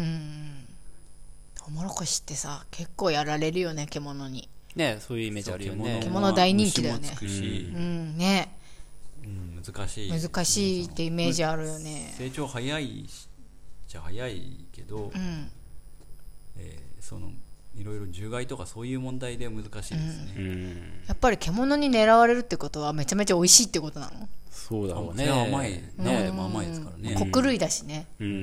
Speaker 1: トウモロコシってさ結構やられるよね獣に
Speaker 2: ねそういうイメージあるよね
Speaker 1: 獣大人気だよね
Speaker 3: 虫もつくし
Speaker 1: う、んね
Speaker 3: うん難しい
Speaker 1: 難しいってイメージあるよね
Speaker 3: 成長早いしじゃ早いけど、
Speaker 1: うん
Speaker 3: えーそのいろいろ獣害とかそういう問題で難しいですね、
Speaker 2: うん
Speaker 1: やっぱり獣に狙われるってことはめちゃめちゃ美味しいってことなの、
Speaker 2: そうだろう
Speaker 3: そ
Speaker 2: ね
Speaker 3: れは甘い生でも甘いですからね、
Speaker 1: 穀類だしね
Speaker 2: う
Speaker 1: うん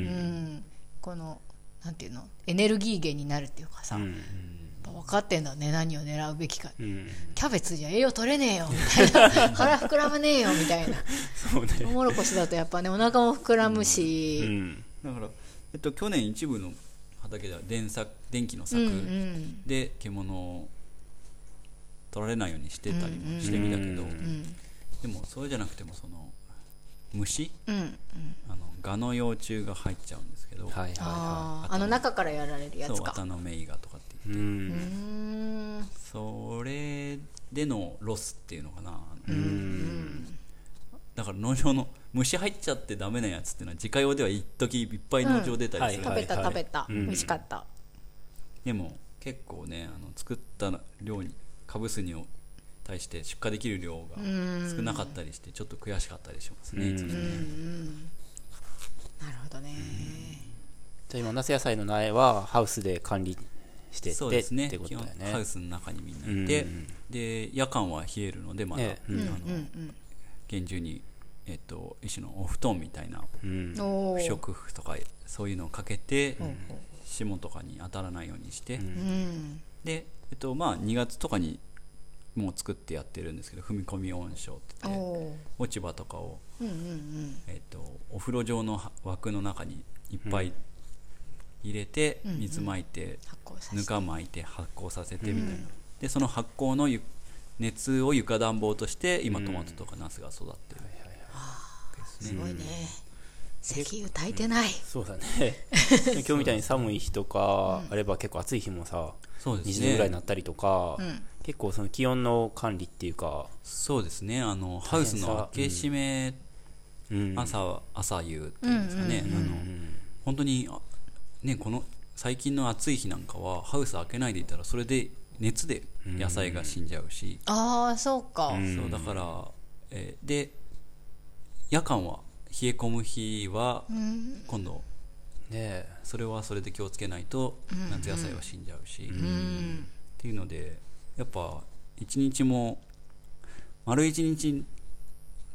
Speaker 1: んこのなんていうのエネルギー源になるっていうかさ、
Speaker 2: う
Speaker 1: やっ
Speaker 2: ん
Speaker 1: ぱ分かってんだね何を狙うべきか
Speaker 2: うん
Speaker 1: キャベツじゃ栄養取れねえよみたい な腹膨らまねえよみたいな
Speaker 2: そうね
Speaker 1: トウモロコシだとやっぱねお腹も膨らむ
Speaker 2: う
Speaker 1: し、
Speaker 2: ん
Speaker 3: だから、えっと、去年一部の畑では電作電気
Speaker 1: う
Speaker 3: の
Speaker 1: ん、
Speaker 3: 柵
Speaker 1: うんうん
Speaker 3: で獣を取られないようにしてたりもしてみたけど、でもそれじゃなくてもその虫
Speaker 1: うん
Speaker 3: あのガの幼虫が入っちゃうんですけど、
Speaker 2: はいはいは
Speaker 1: あーあの中からやられるや
Speaker 3: そう
Speaker 1: つ
Speaker 3: ワタ
Speaker 1: か
Speaker 3: ノメイガとかっていう
Speaker 2: いうん
Speaker 1: うーん
Speaker 3: それでのロスっていうのかな、だから農場の虫入っちゃってダメなやつっていうのは自家用では一時いっぱい農場出たりする、
Speaker 2: うん
Speaker 1: 食
Speaker 2: はい
Speaker 1: べた
Speaker 2: はい
Speaker 1: 食べた、
Speaker 2: うん
Speaker 1: 美味しかった
Speaker 3: でも結構ねあの作った量に株数に対して出荷できる量が少なかったりしてちょっと悔しかったりしますね、いつも
Speaker 1: なるほどね、
Speaker 2: じゃあ今夏野菜の苗はハウスで管理して
Speaker 3: そう
Speaker 2: て
Speaker 3: で
Speaker 2: っ
Speaker 3: すね
Speaker 2: てこと
Speaker 3: 基
Speaker 2: だ
Speaker 3: 本
Speaker 2: よね
Speaker 3: ハウスの中にみんないて、
Speaker 2: うん
Speaker 3: で夜間は冷えるのでまた、
Speaker 2: ねうん
Speaker 3: あの厳重に、えっと、一種のお布団みたいな
Speaker 2: うん
Speaker 1: おお
Speaker 3: 不織布とかそういうのをかけて霜とかに当たらないようにして、
Speaker 1: うん
Speaker 3: で、えっとまあ、2月とかにもう作ってやってるんですけど踏み込み温床って
Speaker 1: お
Speaker 3: 言って
Speaker 1: お
Speaker 3: 落ち葉とかを、
Speaker 1: うんうん
Speaker 3: えっと、お風呂場のは枠の中にいっぱい入れて
Speaker 1: うんうん
Speaker 3: 水まいて
Speaker 1: 発酵さ
Speaker 3: ぬ
Speaker 1: せて
Speaker 3: か巻いて発酵させてみたい
Speaker 1: う
Speaker 3: な、
Speaker 1: ん
Speaker 3: でその発酵のゆ熱を床暖房として今
Speaker 2: うん
Speaker 3: トマトとかナスが育ってるわけです
Speaker 1: す
Speaker 3: ね、
Speaker 1: ごいね石油炊いてない
Speaker 2: そうだね今日みたいに寒い日とかあれば結構暑い日もさ
Speaker 3: そうです
Speaker 2: 20度ぐらいに
Speaker 3: ね
Speaker 2: なったりとか、
Speaker 1: うん
Speaker 2: 結構その気温の管理っていうか、
Speaker 3: そうですねあのハウスの開け閉め、
Speaker 2: うん、
Speaker 3: 朝朝夕っていうんですかね、
Speaker 2: うん
Speaker 3: あの本当にあねこの最近の暑い日なんかはハウス開けないでいたらそれで熱で野菜が死んじゃうし、
Speaker 1: ああそうか
Speaker 2: うん
Speaker 3: そうだから、えーで夜間は冷え込む日は
Speaker 1: うん
Speaker 3: 今度
Speaker 2: ね
Speaker 3: それはそれで気をつけないと
Speaker 1: うん
Speaker 3: 夏野菜は死んじゃうし、
Speaker 1: う
Speaker 3: っ
Speaker 1: ん
Speaker 3: ていうのでやっぱ一日も丸一日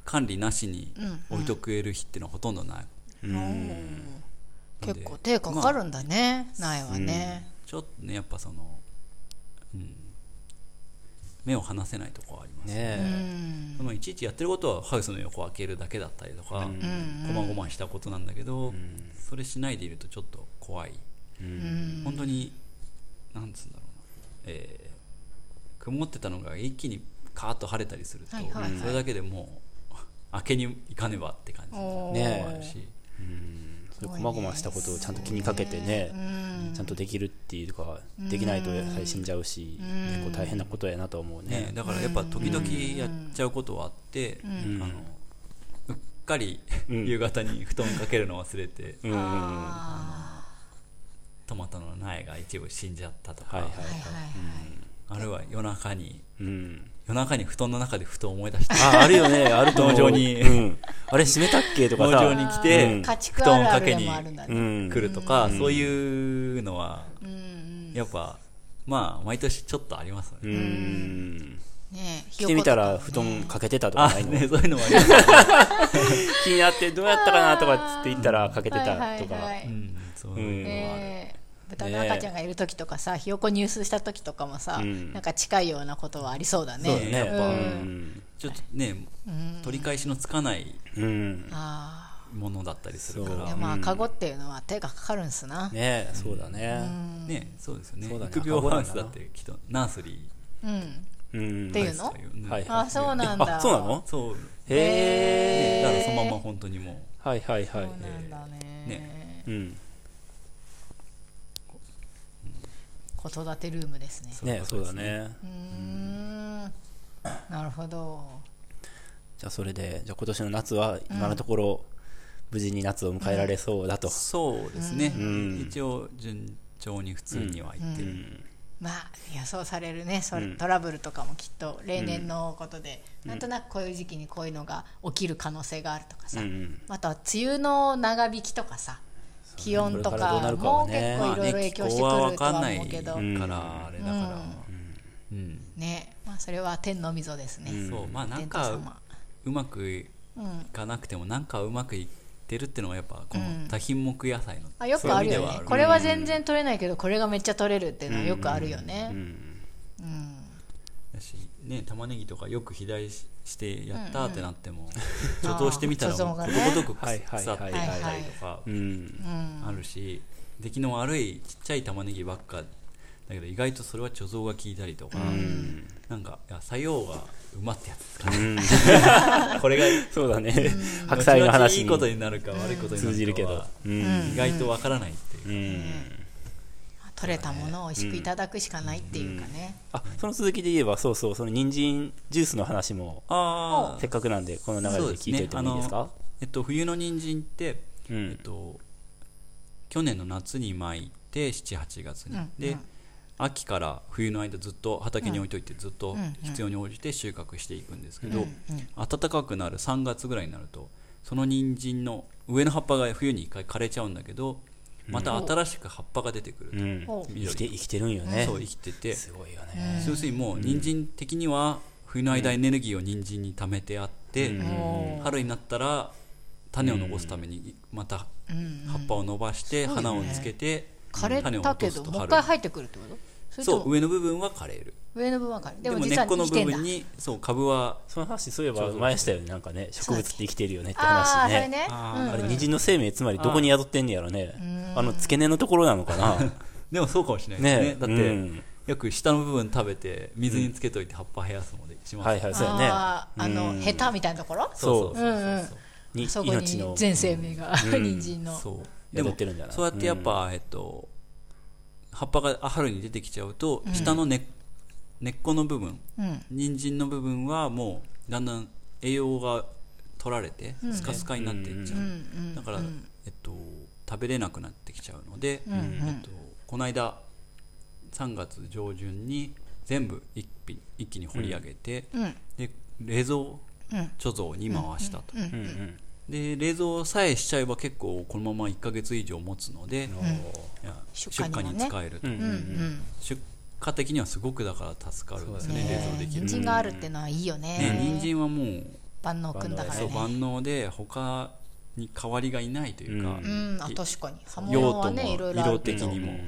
Speaker 3: 管理なしに
Speaker 1: うん
Speaker 3: 置いとくえる日っていうのはほとんどない、
Speaker 2: えう
Speaker 1: お
Speaker 2: ん
Speaker 1: ー結構手かかるんだね苗はね
Speaker 3: ちょっとねやっぱその、うん、目を離せないとこはあります
Speaker 2: ね
Speaker 3: ね
Speaker 1: う
Speaker 2: え
Speaker 1: ん
Speaker 3: まあ、いちいちやってることはハウスの横を開けるだけだったりとか、
Speaker 2: うん
Speaker 3: こまごましたことなんだけど、
Speaker 2: ん
Speaker 3: それしないでいるとちょっと怖い、
Speaker 1: うん
Speaker 3: 本当になんつうんだろうな、えー曇ってたのが一気にカーッと晴れたりすると、
Speaker 1: はいはいはい
Speaker 3: それだけでもう 開けに行かねばって感じに
Speaker 1: おー
Speaker 3: なるのもあるし、
Speaker 2: うんそれ
Speaker 1: すごい
Speaker 2: こ
Speaker 1: ね
Speaker 2: まごましたことをちゃんと気にかけてね
Speaker 1: うん
Speaker 2: ちゃんとできるっていうかできないとやはり死んじゃうし結構大変なことやなと思う
Speaker 3: ね
Speaker 2: ね
Speaker 3: だからやっぱ時々やっちゃうことはあって、
Speaker 2: ん
Speaker 3: あのうっかり
Speaker 2: うん
Speaker 3: 夕方に布団かけるの忘れて、
Speaker 2: うんうんうんは
Speaker 1: あ
Speaker 3: トマトの苗が一部死んじゃったと
Speaker 2: い
Speaker 3: か、
Speaker 2: はいは
Speaker 1: ーはいはい
Speaker 2: い
Speaker 3: あるいは夜中に
Speaker 2: うん
Speaker 3: 夜中に布団の中でふと思い出して
Speaker 2: ああるよねあると思う
Speaker 3: 農場に
Speaker 2: うん あれ閉めたっけとか
Speaker 3: 農
Speaker 2: さ
Speaker 3: 場に来
Speaker 2: う
Speaker 3: て
Speaker 2: ん
Speaker 1: 家
Speaker 3: 布
Speaker 1: 畜あ
Speaker 3: 団
Speaker 1: るあ
Speaker 3: か
Speaker 1: る
Speaker 3: け
Speaker 1: で
Speaker 3: に
Speaker 1: もあるんだ
Speaker 2: う
Speaker 1: ね
Speaker 2: ん
Speaker 3: 来るとか、そういうのはやっぱまあ毎年ちょっとありますね、
Speaker 2: うん
Speaker 1: ねえ
Speaker 2: 来てみたら布団かけてたとか
Speaker 3: あ
Speaker 2: ないの
Speaker 3: ねそういうのもあります、
Speaker 2: 気になってどうやったかなとかっつって言ったらかけてたと
Speaker 1: はいはい
Speaker 2: か
Speaker 1: は
Speaker 3: う
Speaker 1: い
Speaker 3: ん、そ
Speaker 2: う
Speaker 3: う
Speaker 2: ん
Speaker 3: いうのはある、
Speaker 1: ねえ豚の赤ちゃんがいる時とかさ、ひよこ入水した時とかもさ、
Speaker 2: うん
Speaker 1: なんか近いようなことはありそうだね。
Speaker 2: そうだねやっぱ
Speaker 1: う
Speaker 2: うんん
Speaker 3: ちょっとね取り返しのつかない
Speaker 2: うんね
Speaker 1: あ
Speaker 3: ものだったりするか
Speaker 1: あ、
Speaker 3: ら
Speaker 1: で
Speaker 3: ね
Speaker 1: もカゴっていうのは手がかかるんすな。
Speaker 2: えそうだね
Speaker 3: そうですよね
Speaker 2: そうだね
Speaker 3: 育苗ハウスだってきっとナースリ
Speaker 1: うん。
Speaker 2: うん
Speaker 1: っていう
Speaker 3: ーハウス
Speaker 1: の
Speaker 3: という、
Speaker 2: はい
Speaker 1: あ、そうなんだ。
Speaker 2: あそうなの
Speaker 3: そう
Speaker 2: へえ
Speaker 3: だからそのまま本当にもう
Speaker 2: はいはいは
Speaker 1: そう
Speaker 2: い
Speaker 1: なんだね。
Speaker 3: ね
Speaker 2: うん
Speaker 1: 子育てルームですね。
Speaker 2: ねえそうだね
Speaker 1: うーん。なるほど。
Speaker 2: じゃあそれでじゃあ今年の夏は今のところ無事に夏を迎えられそうだと
Speaker 3: そうですね、
Speaker 2: ん
Speaker 3: 一応順調に普通にはいってる、
Speaker 1: まあ予想されるねそれ
Speaker 2: うん
Speaker 1: トラブルとかもきっと例年のことで、なんとなくこういう時期にこういうのが起きる可能性があるとかさ、
Speaker 2: うんうん
Speaker 1: また梅雨の長引きとかさ気温と
Speaker 2: これからどうな
Speaker 1: か
Speaker 2: るか
Speaker 1: も
Speaker 2: は
Speaker 1: 結
Speaker 2: ね
Speaker 1: 構いろいろ影響してくるとは思うけど、
Speaker 3: まあね気候は分かんないからあれだから、うん
Speaker 1: ねまあ、それは天の溝ですね、
Speaker 3: うんそうまあな
Speaker 1: 天
Speaker 3: ん
Speaker 1: 道様
Speaker 3: かうまくい
Speaker 1: うん、
Speaker 3: かなくてもなんかうまくいってるってのはやっぱこの
Speaker 1: うん
Speaker 3: 多品目野菜の、
Speaker 1: あよくある
Speaker 3: そういう意味で
Speaker 1: よ
Speaker 3: はあ
Speaker 1: ね
Speaker 3: る
Speaker 1: これは全然取れないけどこれがめっちゃ取れるっていうのはよくあるよねうん、
Speaker 3: だしね玉ねぎとかよく肥大ししてやったってなっても、 貯蔵してみたら
Speaker 1: あ
Speaker 3: も
Speaker 1: ー貯
Speaker 3: う
Speaker 1: 蔵が
Speaker 3: こと
Speaker 1: ね
Speaker 3: ごとく
Speaker 2: はい
Speaker 3: 腐
Speaker 2: はい
Speaker 3: 腐ってい
Speaker 2: はい
Speaker 1: はい
Speaker 3: たりとか
Speaker 2: うん
Speaker 3: あるし出来の悪いちっちゃい玉ねぎばっかだけど意外とそれは貯蔵が効いたりとか、なんかいや作用が馬ってやつですかね、これが
Speaker 2: そうだね 白菜の話
Speaker 3: 後々いいことになるか悪いことになるか
Speaker 2: 通
Speaker 3: は
Speaker 2: じるけどうん
Speaker 3: 意外とわからないってい
Speaker 2: う
Speaker 3: う、
Speaker 2: ん
Speaker 1: 取れたものを美味しくいただくしかないっていうかね、
Speaker 2: あその続きで言えばそうそうその人参ジュースの話も
Speaker 3: あ
Speaker 2: せっかくなんでこの流れで聞いておいてもいいですか
Speaker 3: えっと、冬の人参って、
Speaker 2: う
Speaker 3: えっ
Speaker 2: ん
Speaker 3: と、去年の夏に巻いて78月に、
Speaker 1: うんう
Speaker 3: で
Speaker 1: ん
Speaker 3: 秋から冬の間ずっと畑に置いといてずっと必要に応じて収穫していくんですけど、暖かくなる3月ぐらいになるとその人参の上の葉っぱが冬に一回枯れちゃうんだけどまた新しく葉っぱが出てくると、
Speaker 2: うん
Speaker 1: お
Speaker 2: 生きて生きてるんよね
Speaker 3: そう生きてて
Speaker 2: すごいよね
Speaker 3: 要するにもう人参的には冬の間エネルギーを人参に貯めてあって、
Speaker 1: うん
Speaker 3: 春になったら種を残すためにまた葉っぱを伸ばして
Speaker 1: そうよね
Speaker 3: 花をつけて
Speaker 1: 枯れ
Speaker 3: 種を
Speaker 1: た
Speaker 3: 落
Speaker 1: け
Speaker 3: と
Speaker 1: ど
Speaker 3: すと
Speaker 1: もう一回
Speaker 3: 春
Speaker 1: 生えてくるってことそれと
Speaker 3: そ
Speaker 1: も
Speaker 3: う上の部分は枯れる
Speaker 1: 上の部分は枯れ
Speaker 3: で
Speaker 1: で
Speaker 3: も
Speaker 1: も
Speaker 3: 根
Speaker 1: 実
Speaker 3: っ
Speaker 1: は
Speaker 3: この
Speaker 1: 生きて
Speaker 3: 部
Speaker 1: んだ
Speaker 3: 分にそう株は
Speaker 2: その話そういえば
Speaker 3: そう
Speaker 2: 前したよねなんかね植物って生きてるよねって
Speaker 1: ああ
Speaker 2: 話
Speaker 1: ーそれ
Speaker 2: ね
Speaker 1: ね
Speaker 3: あ
Speaker 1: う
Speaker 3: ー
Speaker 1: ん
Speaker 2: あれ二人の生命つまりどこに宿ってんねやろねあの付け根のところなのかな
Speaker 3: でもそうかもしれない
Speaker 2: ね
Speaker 3: ですねだって、
Speaker 2: うん
Speaker 3: よく下の部分食べて水につけといて葉っぱ生やすのでします、
Speaker 2: はいはいそうやね
Speaker 1: あーあのヘタみたいなところ
Speaker 3: そうそうそうそう、
Speaker 1: うんうん
Speaker 2: に
Speaker 1: そこに
Speaker 2: 命の
Speaker 1: 全生命が 人参の
Speaker 3: そう
Speaker 2: 宿
Speaker 3: で
Speaker 2: っ
Speaker 3: も
Speaker 2: てるんじゃない
Speaker 3: そうやってやっぱ、えっと葉っぱが春に出てきちゃうと、下の根根っこの部分
Speaker 1: うん
Speaker 3: 人参の部分はもうだんだん栄養が取られてスカスカになっていっちゃう、
Speaker 1: うんうん
Speaker 3: だから、えっと、食べれなくなってきちゃうので、
Speaker 1: うんうん
Speaker 3: えっと、この間3月上旬に全部一匹一気に掘り上げて、
Speaker 1: うん
Speaker 3: で冷蔵
Speaker 1: うん
Speaker 3: 貯蔵に回したと、
Speaker 2: うんうん
Speaker 3: で冷蔵さえしちゃえば結構このまま1ヶ月以上持つので、いや
Speaker 1: 出
Speaker 3: 出
Speaker 1: 荷
Speaker 3: 荷
Speaker 1: にも
Speaker 3: に
Speaker 1: ね
Speaker 3: 使えると、
Speaker 2: うんう
Speaker 1: うん
Speaker 2: ん
Speaker 1: うん
Speaker 3: 出荷的にはすごくだから助かるんですよね
Speaker 1: ね
Speaker 3: 冷蔵できる、
Speaker 1: 人参があるってのはいいよ
Speaker 3: ね人
Speaker 1: ね
Speaker 3: 参はもう
Speaker 1: 万能くんだから
Speaker 3: そう
Speaker 1: ね
Speaker 3: 万能で他に代わりがいないというか、
Speaker 2: う
Speaker 1: うんあ
Speaker 3: い
Speaker 1: 確かに葉
Speaker 3: 用
Speaker 1: 物
Speaker 3: 途
Speaker 1: は
Speaker 3: も
Speaker 1: ねいろいろあ
Speaker 3: 色
Speaker 1: るけ
Speaker 3: 的
Speaker 1: ど
Speaker 3: にも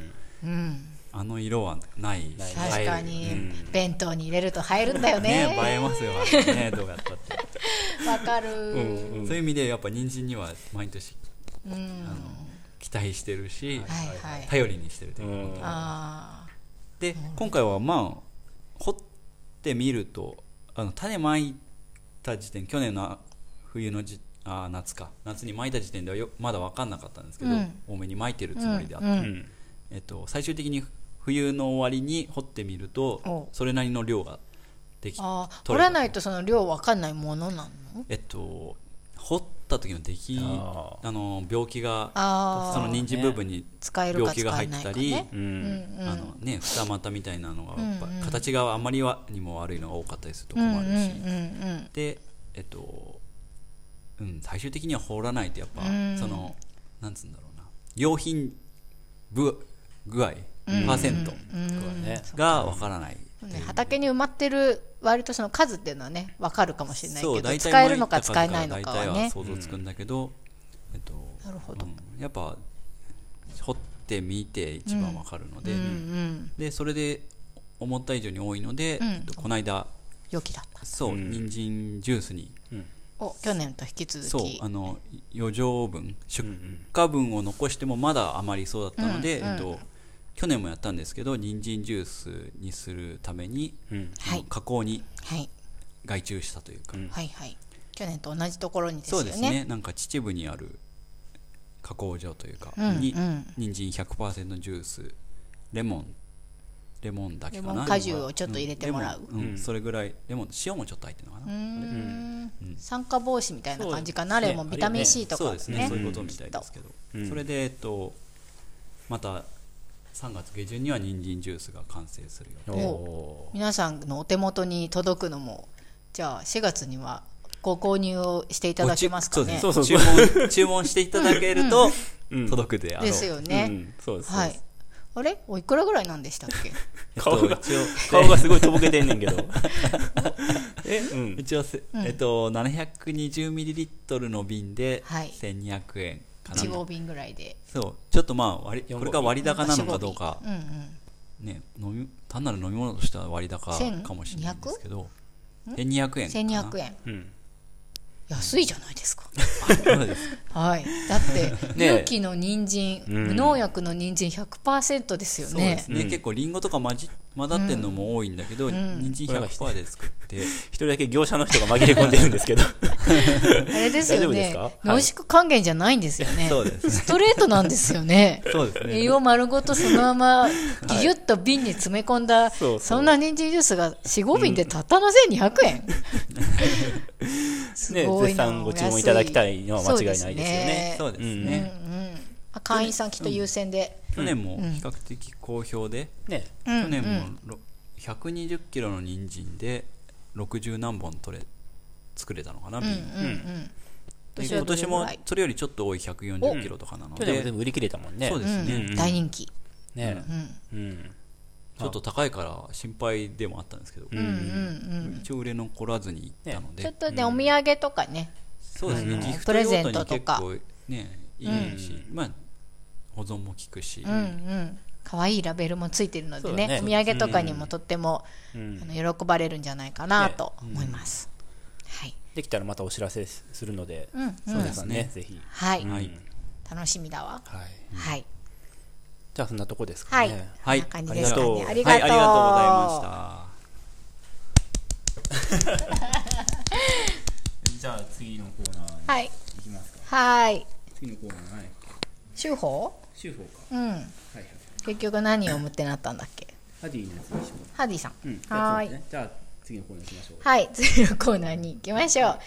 Speaker 1: うん
Speaker 3: あの色はない
Speaker 1: 確かに弁当に入れると映えるんだよ
Speaker 3: 映えるね映
Speaker 1: ね
Speaker 3: えますよ あれねどうやったって
Speaker 1: わかる
Speaker 3: そういう意味でやっぱ人参には毎年
Speaker 1: うん
Speaker 3: あの期待してるし、
Speaker 1: はいはい
Speaker 3: 頼りにしてるといううか、
Speaker 2: ん
Speaker 1: あ
Speaker 3: で今回はまあ掘ってみるとあの種まいた時点去年の冬のじあ夏か夏にまいた時点ではよまだ分かんなかったんですけど、
Speaker 1: うん
Speaker 3: 多めにまいてるつもりであって、
Speaker 1: うんう
Speaker 2: うん
Speaker 3: えっと、最終的に冬の終わりに掘ってみると
Speaker 1: お
Speaker 3: それなりの量ができ
Speaker 1: ーあー
Speaker 3: 取
Speaker 1: 取
Speaker 3: れた
Speaker 1: らないとその量わかんないものなの
Speaker 3: えっと掘った時の出来
Speaker 2: あ
Speaker 3: あの病気が
Speaker 1: あー
Speaker 3: その人参部分に
Speaker 1: 使えるか
Speaker 3: 病気
Speaker 1: 使
Speaker 3: が入
Speaker 1: え
Speaker 3: っ
Speaker 1: ない
Speaker 3: た
Speaker 1: か
Speaker 3: り、
Speaker 1: ね
Speaker 2: う
Speaker 1: うん
Speaker 2: ん
Speaker 1: うん
Speaker 3: あのね、二股みたいなのがやっぱ
Speaker 1: うん
Speaker 3: 形があまりはにも悪いのが多かったりするとこ
Speaker 1: うんうん
Speaker 3: もあるし、
Speaker 1: うん
Speaker 3: でえっと、うん、最終的には掘らないとやっぱ、
Speaker 1: うん
Speaker 3: そのなんつうんだろうな用品ぶ具合、パーセント
Speaker 2: そうだね
Speaker 3: がわからない、
Speaker 1: うんね畑に埋まってる割とその数っていうのはねわかるかもしれない
Speaker 3: そう
Speaker 1: け
Speaker 3: 大
Speaker 1: ど
Speaker 3: 体
Speaker 1: 使えるのか使えないのかは
Speaker 3: 大体は
Speaker 1: ね
Speaker 3: 想像つくんだけど、えっと
Speaker 1: なるほど
Speaker 3: うんやっぱ掘ってみて一番わかるので、
Speaker 1: うんうん
Speaker 3: でそれで思った以上に多いので、
Speaker 1: うん
Speaker 3: えっとこの間
Speaker 1: 良きだった
Speaker 3: そ
Speaker 2: う
Speaker 3: う、
Speaker 2: ん
Speaker 3: 人参ジュースに
Speaker 1: お去年と引き続き
Speaker 3: そうあの余剰分出荷分を残してもまだあまりそうだったので、
Speaker 1: うんうん
Speaker 3: えっと、去年もやったんですけど人参ジュースにするために、
Speaker 2: うん
Speaker 1: はい
Speaker 3: あの加工に
Speaker 1: はい
Speaker 3: 外注したというか、
Speaker 1: はいはい去年と同じところにです
Speaker 3: そ
Speaker 1: よ
Speaker 3: う
Speaker 1: ね
Speaker 3: ですねなんか秩父にある加工場というか、
Speaker 1: うん
Speaker 3: に
Speaker 1: うん
Speaker 3: 人参100%ジュースレモンレモンだけ
Speaker 1: レ
Speaker 3: かな
Speaker 1: モン果汁をちょっと入れてもらう
Speaker 3: レモンうん、それぐらいレモン塩もちょっと入ってるのかな、
Speaker 1: うーん酸化防止みたいな感じかなレモンビタミン C とか
Speaker 3: そう
Speaker 1: ね
Speaker 3: ですねそういうことみたいですけど、
Speaker 2: うん
Speaker 3: それで、えっと、また3月下旬には人参ジュースが完成するよ
Speaker 2: おお
Speaker 1: 皆さんのお手元に届くのもじゃあ4月にはご購入をしていただけますかね
Speaker 3: そ
Speaker 2: そうう
Speaker 3: で
Speaker 2: そう
Speaker 3: すね注文注文していただけ ると
Speaker 2: うん
Speaker 3: 届くであろう、
Speaker 1: ですよ
Speaker 2: う
Speaker 1: ね、
Speaker 2: んそうですそう
Speaker 1: は
Speaker 2: で
Speaker 1: い
Speaker 2: す
Speaker 1: あれおいくらぐらいなんでしたっ け
Speaker 3: えっと
Speaker 2: 顔が
Speaker 3: 一応
Speaker 2: 顔がすごいとぼけてんねんけど えうん
Speaker 3: 一応せ、えっと、720ml の瓶で
Speaker 1: はい
Speaker 3: 1200円かな、
Speaker 1: 1合瓶ぐらいで
Speaker 3: そうちょっとまあ割
Speaker 2: 四合
Speaker 3: これが割高なのかどうか
Speaker 1: う、んうん
Speaker 3: ね、飲み単なる飲み物としては割高かもしれないんですけど1200円かな
Speaker 1: 1200円
Speaker 2: うん
Speaker 1: 安いじゃないですか
Speaker 3: そうです
Speaker 1: はいだって
Speaker 2: ねえ
Speaker 1: 有機の人参、
Speaker 2: ん
Speaker 1: 無農薬の人参100%ですよ
Speaker 3: そうで
Speaker 1: ね
Speaker 3: すね、
Speaker 2: うん
Speaker 3: 結構リンゴとか混じ混ざってんのも多いんだけど、人参
Speaker 2: これが
Speaker 3: 100%で作って、
Speaker 2: 一人だけ業者の人が紛れ込んでるん ですけど
Speaker 1: あれです
Speaker 2: 大丈
Speaker 1: よね
Speaker 2: 夫ですかはい
Speaker 1: 濃縮還元じゃないんですよね
Speaker 3: そうです
Speaker 1: ストレートなんですよね
Speaker 3: そうです
Speaker 1: 栄養丸ごとそのままぎゅっと瓶に詰め込んだ、
Speaker 2: そうそう
Speaker 1: そんな人参ジュースが45瓶でたったの1200円、す
Speaker 2: ね
Speaker 1: ごい
Speaker 2: 絶
Speaker 1: な
Speaker 2: 賛ご注文いただきたいのは間違いないですよ
Speaker 1: そう
Speaker 2: ね
Speaker 3: そうです
Speaker 1: うんう
Speaker 3: ね、
Speaker 1: んあ会員さんきっと優先で、
Speaker 3: 去年も比較的好評で、
Speaker 2: ね
Speaker 1: うん
Speaker 3: 去年もろ120キロの人参で60何本取れ作れたのかな瓶を、
Speaker 1: うんうん
Speaker 3: で
Speaker 1: 今
Speaker 3: 今
Speaker 1: 年はどれ
Speaker 3: 年
Speaker 1: ぐ
Speaker 3: も
Speaker 1: らい
Speaker 3: それよりちょっと多い140キロとかなの
Speaker 2: 去
Speaker 3: で、
Speaker 2: 年も全部売り切れたもんね
Speaker 3: そうですね、
Speaker 1: うん大人気、
Speaker 2: ね
Speaker 1: うん
Speaker 2: うん
Speaker 3: ちょっと高いから心配でもあったんですけど、
Speaker 1: うんうん
Speaker 3: 一応売れ残らずに行ったの
Speaker 1: うん、
Speaker 3: で、
Speaker 1: ちょっとね、お土産とかね
Speaker 3: そうですね、
Speaker 1: あの
Speaker 3: ギフ
Speaker 1: プ
Speaker 3: ト
Speaker 1: レ
Speaker 3: 用途
Speaker 1: ゼン
Speaker 3: に
Speaker 1: ト
Speaker 3: 結
Speaker 1: とか
Speaker 3: 構ねいいし、まあ保存も効くし、
Speaker 1: うんうん可愛いラベルもついてるの
Speaker 2: そ
Speaker 1: でね
Speaker 2: う
Speaker 1: お
Speaker 2: だね
Speaker 1: 土産とかにもとっても、
Speaker 2: うん
Speaker 1: あの喜ばれるんじゃないかなと思います、はい、
Speaker 2: できたらまたお知らせするので、
Speaker 1: うんうん
Speaker 2: そうですね、ぜひ。
Speaker 1: はい
Speaker 2: はい。
Speaker 1: 楽しみだわ、
Speaker 2: はい。
Speaker 1: はい
Speaker 2: じゃあ、そんなとこですか
Speaker 1: はい、
Speaker 2: ね。
Speaker 3: はい
Speaker 1: こんな感じですかねあり
Speaker 3: は
Speaker 1: が
Speaker 3: い、
Speaker 1: と
Speaker 3: あ
Speaker 1: う、
Speaker 3: りがとうございました。
Speaker 2: じゃあ、次のコーナーに
Speaker 1: はい
Speaker 2: 行きますか。
Speaker 1: はい
Speaker 2: 次のコーナー何やっけ
Speaker 1: 修法
Speaker 2: 修法か。
Speaker 1: うん
Speaker 2: はいはい。
Speaker 1: 結局何を持ってなったんだっけ
Speaker 2: ハディのやつにしよ
Speaker 1: ハディさん、
Speaker 2: う。うん。じゃあ
Speaker 1: はーい
Speaker 2: そうですねじゃあ、次のコーナー行きましょう。
Speaker 1: はい次のコーナーに行きましょう